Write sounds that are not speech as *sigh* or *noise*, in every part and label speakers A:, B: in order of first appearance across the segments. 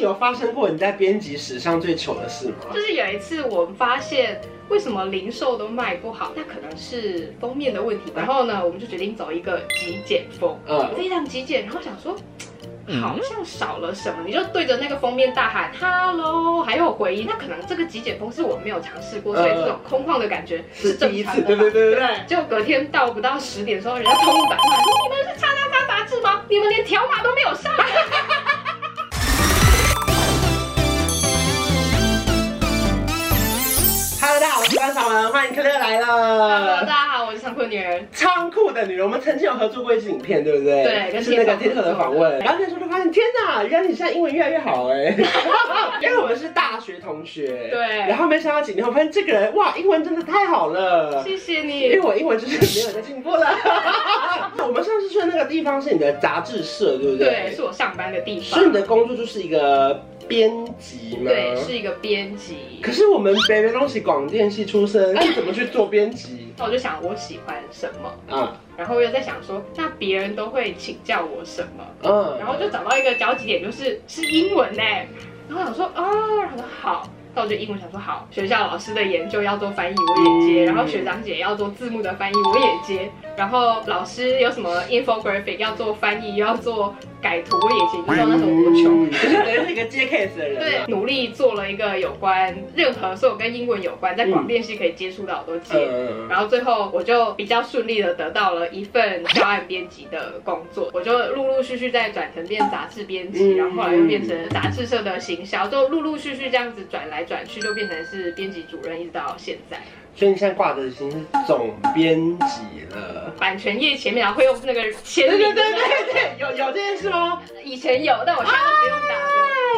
A: 有发生过你在编辑史上最糗的事吗？
B: 就是有一次我发现。为什么零售都卖不好？那可能是封面的问题吧。然后呢，我们就决定走一个极简风，
A: 嗯，
B: 非常极简。然后想说，
C: 嗯
B: 好像少了什么，你就对着那个封面大喊 “hello”，还有回音。那可能这个极简风是我没有尝试过，所以
A: 嗯
B: 这种空旷的感觉
A: 是
B: 是正
A: 第一
B: 常
A: 次，
B: 的吧。
A: 对对对对对。
B: 就隔天到不到十点的时候，人家通路打电话说：“你们是叉叉叉杂志吗？你们连条码都没有上。
A: Hello，大家好，我是班少文，欢迎克乐来
B: Hello，大
A: 了。
B: 家好，我是仓库女人。
A: 仓库的女人，我们曾经有合作过一支影片，对不对？
B: 对跟
A: 是那个 t i k
B: 天堂合作
A: 的访问。然后那时候就发现，天哪，原来你现在英文越来越好哎，
B: *laughs*
A: 因为我们是大学同学。
B: 对
A: 然后没想到几年后发现这个人，哇，英文真的太好了。
B: 谢谢
A: 因为
B: 你。
A: 我英文就是没有在进步了。 *laughs* 我们上次去的那个地方是你的杂志社，对不
B: 对，
A: 对？
B: 是我上班的地方
A: 所以。你的工作就是一个编辑吗？
B: 对，是一个编辑
A: 可。是我们北北东西广电系出身，是怎么去做编辑
B: 那我就想我喜欢什么，
A: 啊？
B: 然后又在想说，那别人都会请教我什么，
A: 嗯，
B: 然后就找到一个交集点，就是是英文呢、然后想说哦，然后好。那我就英文想说好，学校老师的研究要做翻译我
A: 嗯
B: 也接，然后学长姐要做字幕的翻译我也接，然后老师有什么 infographic 要做翻译，又要做改图我也接，你知道那时候多穷。
A: 嗯就是等于是一个接 case 的人。
B: 对，，努力做了一个有关任何所有跟英文有关，在广电系可以接触到我都接。
A: 嗯，
B: 然后最后我就比较顺利的得到了一份教案编辑的工作，我就陆陆续续再转成变杂志编辑，
A: 嗯
B: 然后后来又变成杂志社的行销，就陆陆续续这样子转来转去，就变成是编辑主任，一直到现在。
A: 所以你现在挂的已经是总编辑了。
B: 版权页前面然后会用那个签
A: 对
B: 名，
A: 对对对对，有有这件事吗？
B: 以前有，但我现在都不用
A: *laughs*
B: 打了。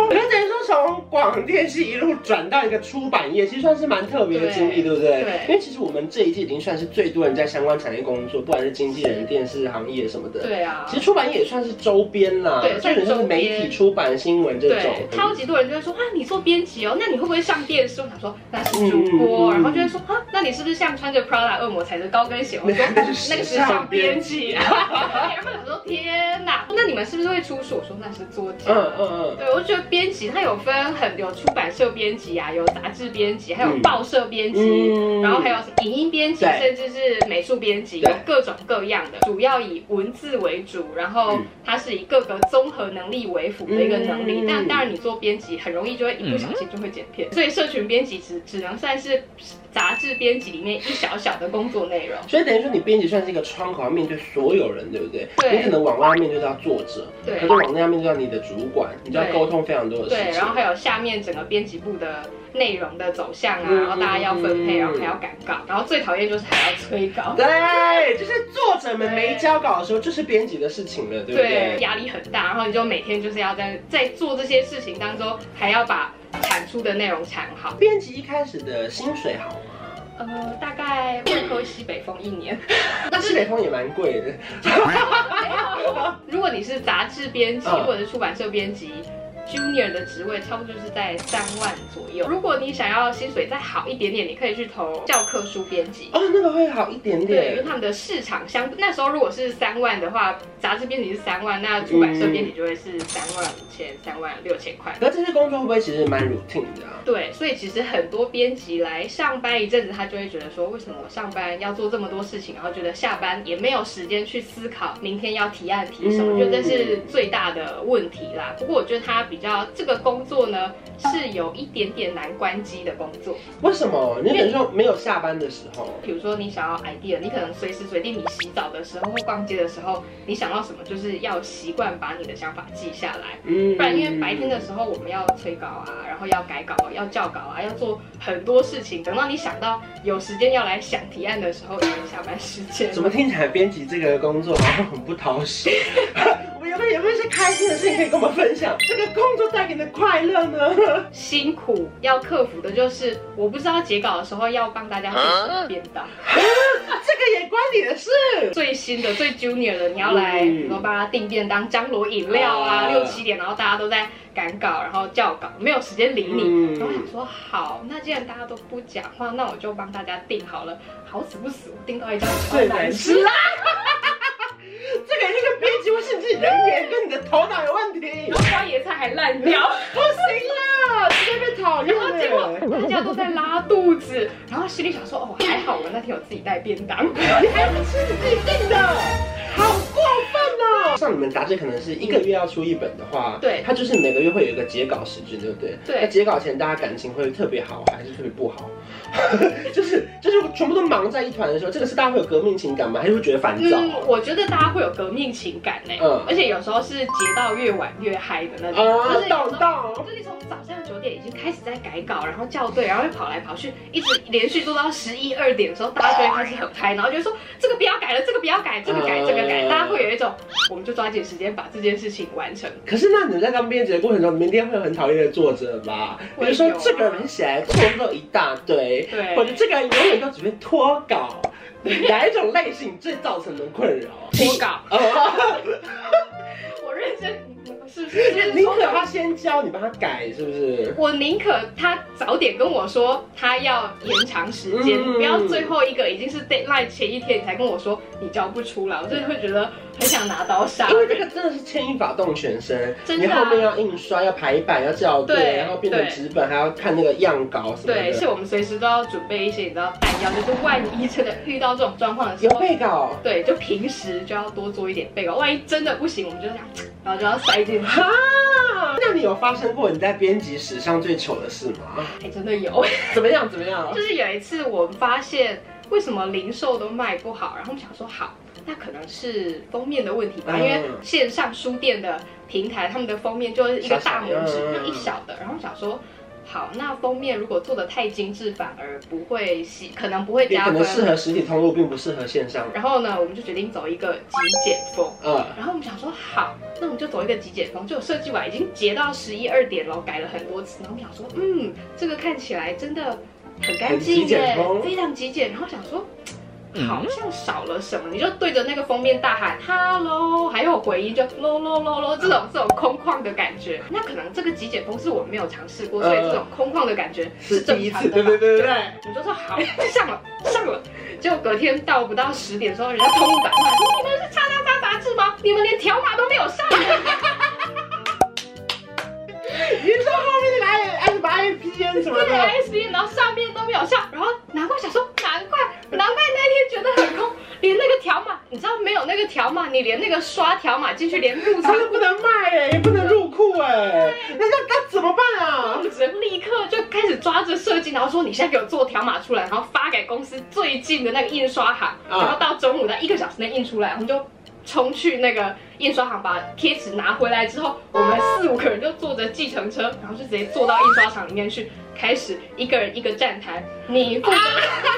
A: 我觉得等于说从广电系一路转到一个出版业，其实算是蛮特别的经历，对不对？
B: 对
A: 因为其实我们这一届已经算是最多人在相关产业工作，不管是经纪人、电视行业什么的。
B: 对啊
A: 其。实出版业也算是周边啦，
B: 对
A: 就有点像是媒
B: 算是周
A: 体
B: 边
A: 出版、新闻这种嗯
B: 对，。超级多人就会说哇，你做编辑哦，那你会不会上电视？我想说那是主
A: 嗯嗯
B: 播，
A: 嗯
B: 然后就会说啊，那你是不是像穿着 Prada 恶魔踩着高跟鞋？我说
A: 那是
B: 那个时尚编辑，然后想说天哪，那你们是不是会出书？我说那是作家。
A: 嗯嗯嗯，
B: 对，我就觉得编辑它有分很有出版社编辑啊，有杂志编辑，还有报社编辑，
A: 嗯
B: 然后还有什么影音编辑，
A: 对
B: 甚至是美术编辑，
A: 对
B: 有各种各样的，主要以文字为主，然后
A: 嗯
B: 它是以各个综合能力为辅的一个能力
A: 嗯。
B: 但当然，你做编辑很容易就会一不小心就会剪片，所以社群编辑只只能算是杂志编辑里面一小小的工作内容。
A: 所以等于说，你编辑算是一个窗口，要面对所有人，对不对？
B: 对
A: 你可能往外面对到作者，
B: 对
A: 可是往内面对到你的主管，你就要
B: 对
A: 沟通非常多的事情。
B: 对，然后还有下面整个编辑部的内容的走向啊，
A: 嗯
B: 然后大家要分配，
A: 嗯
B: 然后还要赶稿，然后最讨厌就是还要催稿。
A: 对，就是作者们没交稿的时候，就是编辑的事情了，对不对？
B: 压力很大，然后你就每天就是要在在做这些事情当中，还要把产出的内容产好。
A: 编辑一开始的薪水好吗？
B: 呃，大概会喝西北风一年。
A: 但是北通也蛮贵的，
B: *laughs* 如果你是杂志编辑
A: 嗯
B: 或者是出版社编辑。Junior 的职位差不多就是在三万左右。如果你想要薪水再好一点点，你可以去投教科书编辑。
A: 哦，那个会好一点
B: 对，因为
A: 点。
B: 他们的市场相那时候如果是三万的话，杂志编辑是三万，那出版社编辑就会是三万五千、三万六千块。
A: 可是这些工作会不会其实蛮 routine 的啊？
B: 对，所以其实很多编辑来上班一阵子，他就会觉得说，为什么我上班要做这么多事情，然后觉得下班也没有时间去思考明天要提案提什
A: 嗯
B: 么，我觉得这是最大的问题啦。不过我觉得他比较这个工作呢，是有一点点难关机的工作。
A: 为什么？你等于说没有下班的时候，
B: 比如说你想要 idea，你可能随时随地你洗澡的时候或逛街的时候，你想到什么，就是要习惯把你的想法记下来，
A: 嗯
B: 不然因为白天的时候我们要催稿啊，然后要改稿、要校稿啊，要做很多事情。等到你想到有时间要来想提案的时候，已经下班时间
A: 怎
B: 了。
A: 么听起来编辑这个工作好像很不讨喜？ *laughs* 我们有没有有没有一些开心的事情可以跟我们分享？这个工作带给你的快乐呢？
B: 辛苦要克服的就是，我不知道截稿的时候要帮大家变成便当。
A: 这个也关你的事。
B: 最新的、最 junior 的，你要来，
A: 嗯
B: 比如说帮他订便当、张罗饮料啊，
A: 啊
B: 六七点，然后大家都在赶稿，然后校稿，没有时间理你。
A: 嗯
B: 然后我想说，好，那既然大家都不讲话，那我就帮大家订好了。好死不死，我订到一张超
A: 最难
B: 难
A: 吃
B: 吃。
A: 啦！ *laughs* 这个这个编辑，我甚至人员跟你的头脑有问题
B: 然。后花椰菜还烂掉，
A: 不是，
B: 大家都在拉肚子，然后心里想说，哦，还好我那天有自己带便当，你还不吃你自己订的，好过分哦！
A: 像你们杂志可能是一个月要出一本的话，
B: 对
A: 它就是每个月会有一个截稿时间，对不对？
B: 对
A: 那截稿前大家感情会特别好还是特别不好？ *laughs* 就是就是全部都忙在一团的时候，这个是大家会有革命情感吗？还是会觉得烦躁？
B: 嗯，我觉得大家会有革命情感呢、
A: 啊嗯
B: 而且有时候是截到越晚越嗨的那种，
A: 啊
B: 嗯就是，有时
A: 到
B: 候
A: 到，
B: 就是从早上九点已经开始在改稿，然后校对，然后又跑来跑去，一直连续做到十一二点的时候，大家就会开始很嗨，然后就说这个不要改了，这个不要改，这个改，这个改，
A: 嗯
B: 大家会有一种，我们就抓紧时间把这件事情完成。
A: 可是那你在当编辑的过程中，你明天会有很讨厌的作者吧？比
B: 会
A: 如说
B: 有啊
A: 这个人写来错漏一大堆，
B: 对
A: 或者这个人永远都只会脱稿，哪一种类型最造成的困扰？
B: 脱稿，
A: 哦，
B: *laughs* 我认真，是不是？
A: 宁可他先教你帮他改，是不是？
B: 我宁可他早点跟我说他要延长时间，
A: 嗯
B: 不要最后一个已经是 deadline 前一天你才跟我说你交不出来，我真的会觉得很想拿刀杀
A: 因。为这个真的是牵一发动全身，
B: 真
A: 呃你
B: 的啊
A: 后面要印刷，要排版，要校对，
B: 对
A: 然后变成纸本，还要看那个样稿什么
B: 对，
A: 的。
B: 是我们随时都要准备一些你知道弹药，就是万一真的遇到这种状况的时
A: 有
B: 候，
A: 备稿，
B: 对，就平时就要多做一点备稿，万一真的不行，我们就这样，然后就要塞进去。
A: 哈，那你有发生过你在编辑史上最糗的事吗？
B: 哎，真的有，
A: 怎么样？怎么样？
B: 就是有一次我们发现为什么零售都卖不好，然后我们想说好，那可能是封面的问题吧，
A: 嗯
B: 因为线上书店的平台他们的封面就是一个大拇
A: 小小的，
B: 指
A: 嗯
B: 就一小的，然后我们想说。好，那封面如果做的太精致，反而不会喜，可能不会
A: 也
B: 加
A: 可能
B: 分。
A: 适合实体通路，并不适合线上。
B: 然后呢，我们就决定走一个极简风。
A: 呃，
B: 然后我们想说好，那我们就走一个极简风，就设计完已经截到十一二点了，改了很多次。然后我们想说，嗯，这个看起来真的很干
A: 很极
B: 净
A: 简
B: 耶
A: 风，
B: 非常极简。然后想说。
A: 嗯
B: 好像少了什么，你就对着那个封面大喊 “hello”，还有回音就 “lo lo lo lo” 这种
A: 嗯
B: 这种空旷的感觉。那可能这个极简风是我们没有尝试过，所以这种空旷的感觉
A: 嗯是
B: 是
A: 第一
B: 正
A: 次，
B: 常
A: 对
B: 的
A: 对对对
B: 吧。
A: 对。
B: 我就说好， *laughs* 上了上了。结果隔天到不到十点的时候，人家通路打过来说：“你们是叉叉叉杂志吗？你们连条码都没有上。
A: 你说后面那个 I I 什么 I P N 什”么
B: 对
A: 的，
B: ，ISBN，然后上面都没有上。然后难怪想说，难怪难怪那天觉得很空，连那个条码，你知道没有那个条码，你连那个刷条码进去，连入场
A: 他都不能卖哎，也不能入库哎，那那那怎么办啊？
B: 只能立刻就开始抓着设计，然后说你现在给我做条码出来，然后发给公司最近的那个印刷行，
A: 啊
B: 然后到中午在一个小时内印出来，我们就冲去那个印刷行把贴纸拿回来之后，我们四五个人就坐着计程车，然后就直接坐到印刷厂里面去，开始一个人一个站台，你负责 *laughs*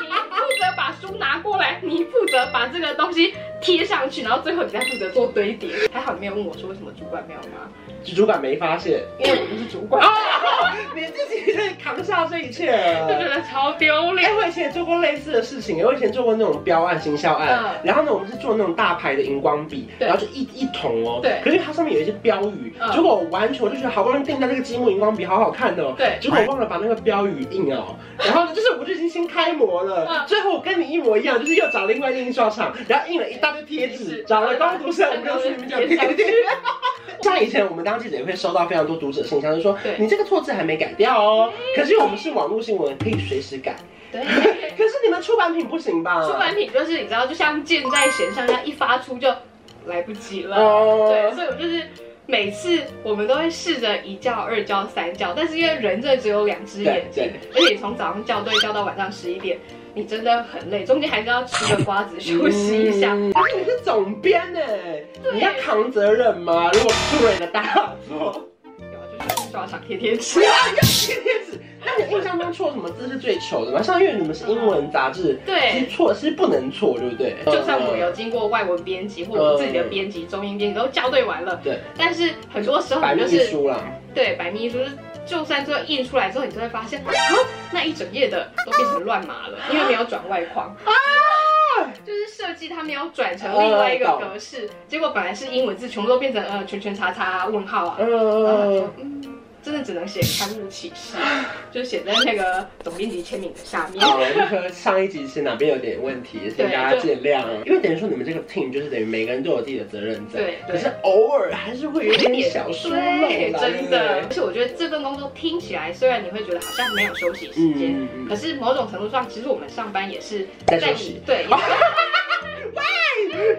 B: 你负责把书拿过来，你负责把这个东西贴上去，然后最后你再负责做堆叠。还好你没有问我说什么主管没有拿，
A: 主管没发现，
B: 因为我不是主管，
A: 哦 *laughs* 你自己在扛下这一切。
B: 就觉得超丢脸
A: 哎、。我以前也做过类似的事情，我以前做过那种标案、行销案，
B: 嗯
A: 然后呢，我们是做那种大牌的荧光笔，
B: 对
A: 然后就一一桶哦，
B: 对
A: 可是它上面有一些标语，
B: 嗯
A: 结果我完全我就觉得好不容易订到这个积木荧光笔，好好看哦，
B: 对
A: 结果我忘了把那个标语印哦，然后呢，就是我就已经先开模了，
B: 嗯
A: 最后我跟你一模一样，就是又找另外一个印刷厂，然后印了一大堆贴纸，找了
B: 嗯
A: 工读生，啊我们就去那边这样贴贴贴。像以前我们当记者也会收到非常多读者信箱，就说
B: 对嗯
A: 你这个错字还没改掉哦。可是我们是网络新闻，可以随时改。
B: 对，
A: 可是你们出版品不行吧？
B: 出版品就是你知道，就像箭在弦上一样，一发出就来不及了。对，
A: 哦，
B: 所以我就是每次我们都会试着一叫、二叫、三叫，但是因为人真的只有两只
A: 对
B: 眼睛，
A: 对，
B: 而且你从早上校对校到晚上十一点，你真的很累，中间还是要吃个瓜子休息一下。
A: 嗯。而且你是总编呢，你要扛责任吗？如果出了你的大错，
B: 有啊，就是印刷厂贴贴纸。
A: 贴纸， *laughs* 那你印象中错什么字是最糗的吗？像因为你们是英文杂志，其
B: 对
A: 实。错是不能错，对不对？呃
B: 就算我有经过外文编辑或我自己的编辑、中英编辑都校对完了，
A: 嗯对，
B: 但是很多时候
A: 白
B: 你
A: 秘
B: 就是
A: 书啦，
B: 对，百密一疏，就是就算最后印出来之后，你就会发现，啊，那一整页的都变成乱码了，
A: 啊
B: 因为没有转外框啊。就是设计它没有转成另外一个格
A: 哦
B: 式，结果本来是英文字，全部都变成呃圈圈叉叉啊问号啊。然后
A: 嗯
B: 就嗯，真的的只能写刊物
A: *laughs*
B: 启事，就写在那个总编辑签名的下面。
A: 好，就说上一集是哪边有点问题，请大家见谅。因为等于说你们这个 team 就是等于每个人都有自己的责任在，
B: 对
A: 可
B: 对
A: 是偶尔还是会有一点小疏漏啦，
B: 对，真
A: 对
B: 的。而
A: 不对
B: 且我觉得这份工作听起来，虽然你会觉得好像没有休息时间，
A: 嗯嗯
B: 可
A: 嗯，
B: 是某种程度上，其实我们上班也是
A: 在
B: 在
A: 休
B: 你
A: 息。
B: 对，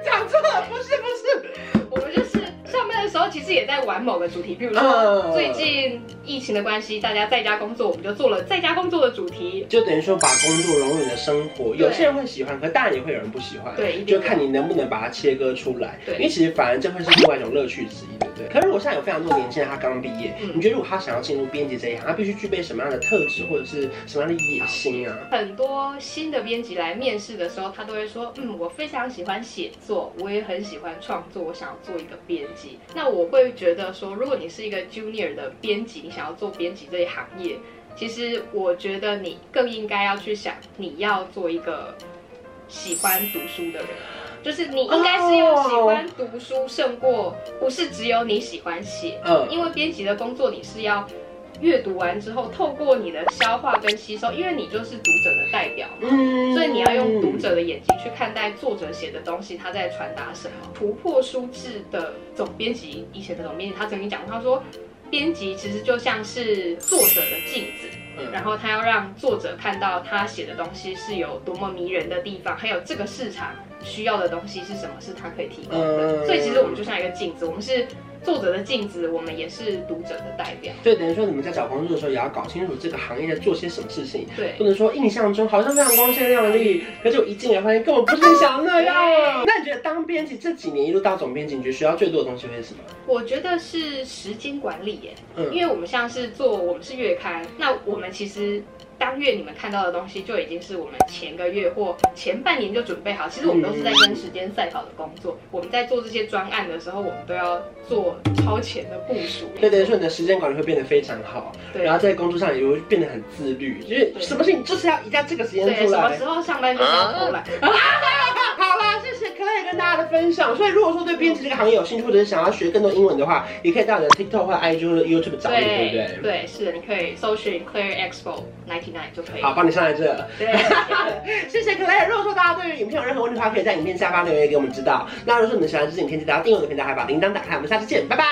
A: 讲错了，不是不是，
B: 我们就是上班的时候，其实也在玩某个主题，比如说。
A: 嗯，
B: 最近疫情的关系，大家在家工作，我们就做了在家工作的主题。
A: 就等于说把工作融入你的生活，有些人会喜欢，可当然也会有人不喜欢，
B: 对一定
A: 就看你能不能把它切割出来。
B: 对
A: 因为其实反而这会是另外一种乐趣之一，对不对？可是如果现在有非常多年轻人，他刚毕业，
B: 嗯
A: 你觉得如果他想要进入编辑这一行，他必须具备什么样的特质或者是什么样的野心啊？
B: 很多新的编辑来面试的时候，他都会说，嗯，我非常喜欢写作，我也很喜欢创作，我想要做一个编辑。那我会觉得说，如果你是一个 junior 的编辑，你想要做编辑这一行业，其实我觉得你更应该要去想，你要做一个喜欢读书的人。就是你应该是要喜欢读书胜过，不是只有你喜欢写，
A: 嗯，
B: 因为编辑的工作你是要阅读完之后，透过你的消化跟吸收，因为你就是读者的代表，
A: 嗯
B: 所以你要用读者的眼睛去看待作者写的东西，他在传达什么。突破书制的总编辑，以前的总编辑他曾经讲过，他说。编辑其实就像是作者的镜子，
A: 嗯
B: 然后他要让作者看到他写的东西是有多么迷人的地方，还有这个市场需要的东西是什么，是他可以提供的。
A: 嗯
B: 所以其实我们就像一个镜子，我们是作者的镜子，我们也是读者的代表。
A: 所以等于说你们在找工作的时候，也要搞清楚这个行业在做些什么事情。
B: 对
A: 不能说印象中好像非常光鲜亮丽，可是我一进来发现根本不是你想的那样。那你觉得当编辑这几年一路到总编辑，你觉得学到最多的东西会是什么？
B: 我觉得是时间管理耶，
A: 嗯
B: 因为我们像是做我们是月刊，那我们其实。当月你们看到的东西就已经是我们前个月或前半年就准备好，其实我们都是在跟时间赛跑的工作。我们在做这些专案的时候，我们都要做超前的部署。
A: 所以等于说你的时间管理会变得非常好，
B: 对
A: 然后在工作上也会变得很自律，就是
B: 对
A: 什么事情就是要一在这个时间
B: 对，
A: 出
B: 什么
A: 来啊
B: 时。候上班就不要偷懒。
A: 好啦，谢谢 Clay 跟大家的分享。所以如果说对编辑这个行业有兴趣，或者是想要学更多英文的话，也可以到你的 TikTok 或 IG 或者 YouTube 找你，对不对？
B: 对，是的，你可以搜寻 Clear Expo Ninety Nine 就可以。
A: 好，，帮你上来这。
B: 对，
A: 谢谢 Clay。如果说大家对于影片有任何问题的话，可以在影片下方留言给我们知道。那如果说你们喜欢这支影片，记得要订阅我的频道，还把铃铛打开。我们下次见，拜拜。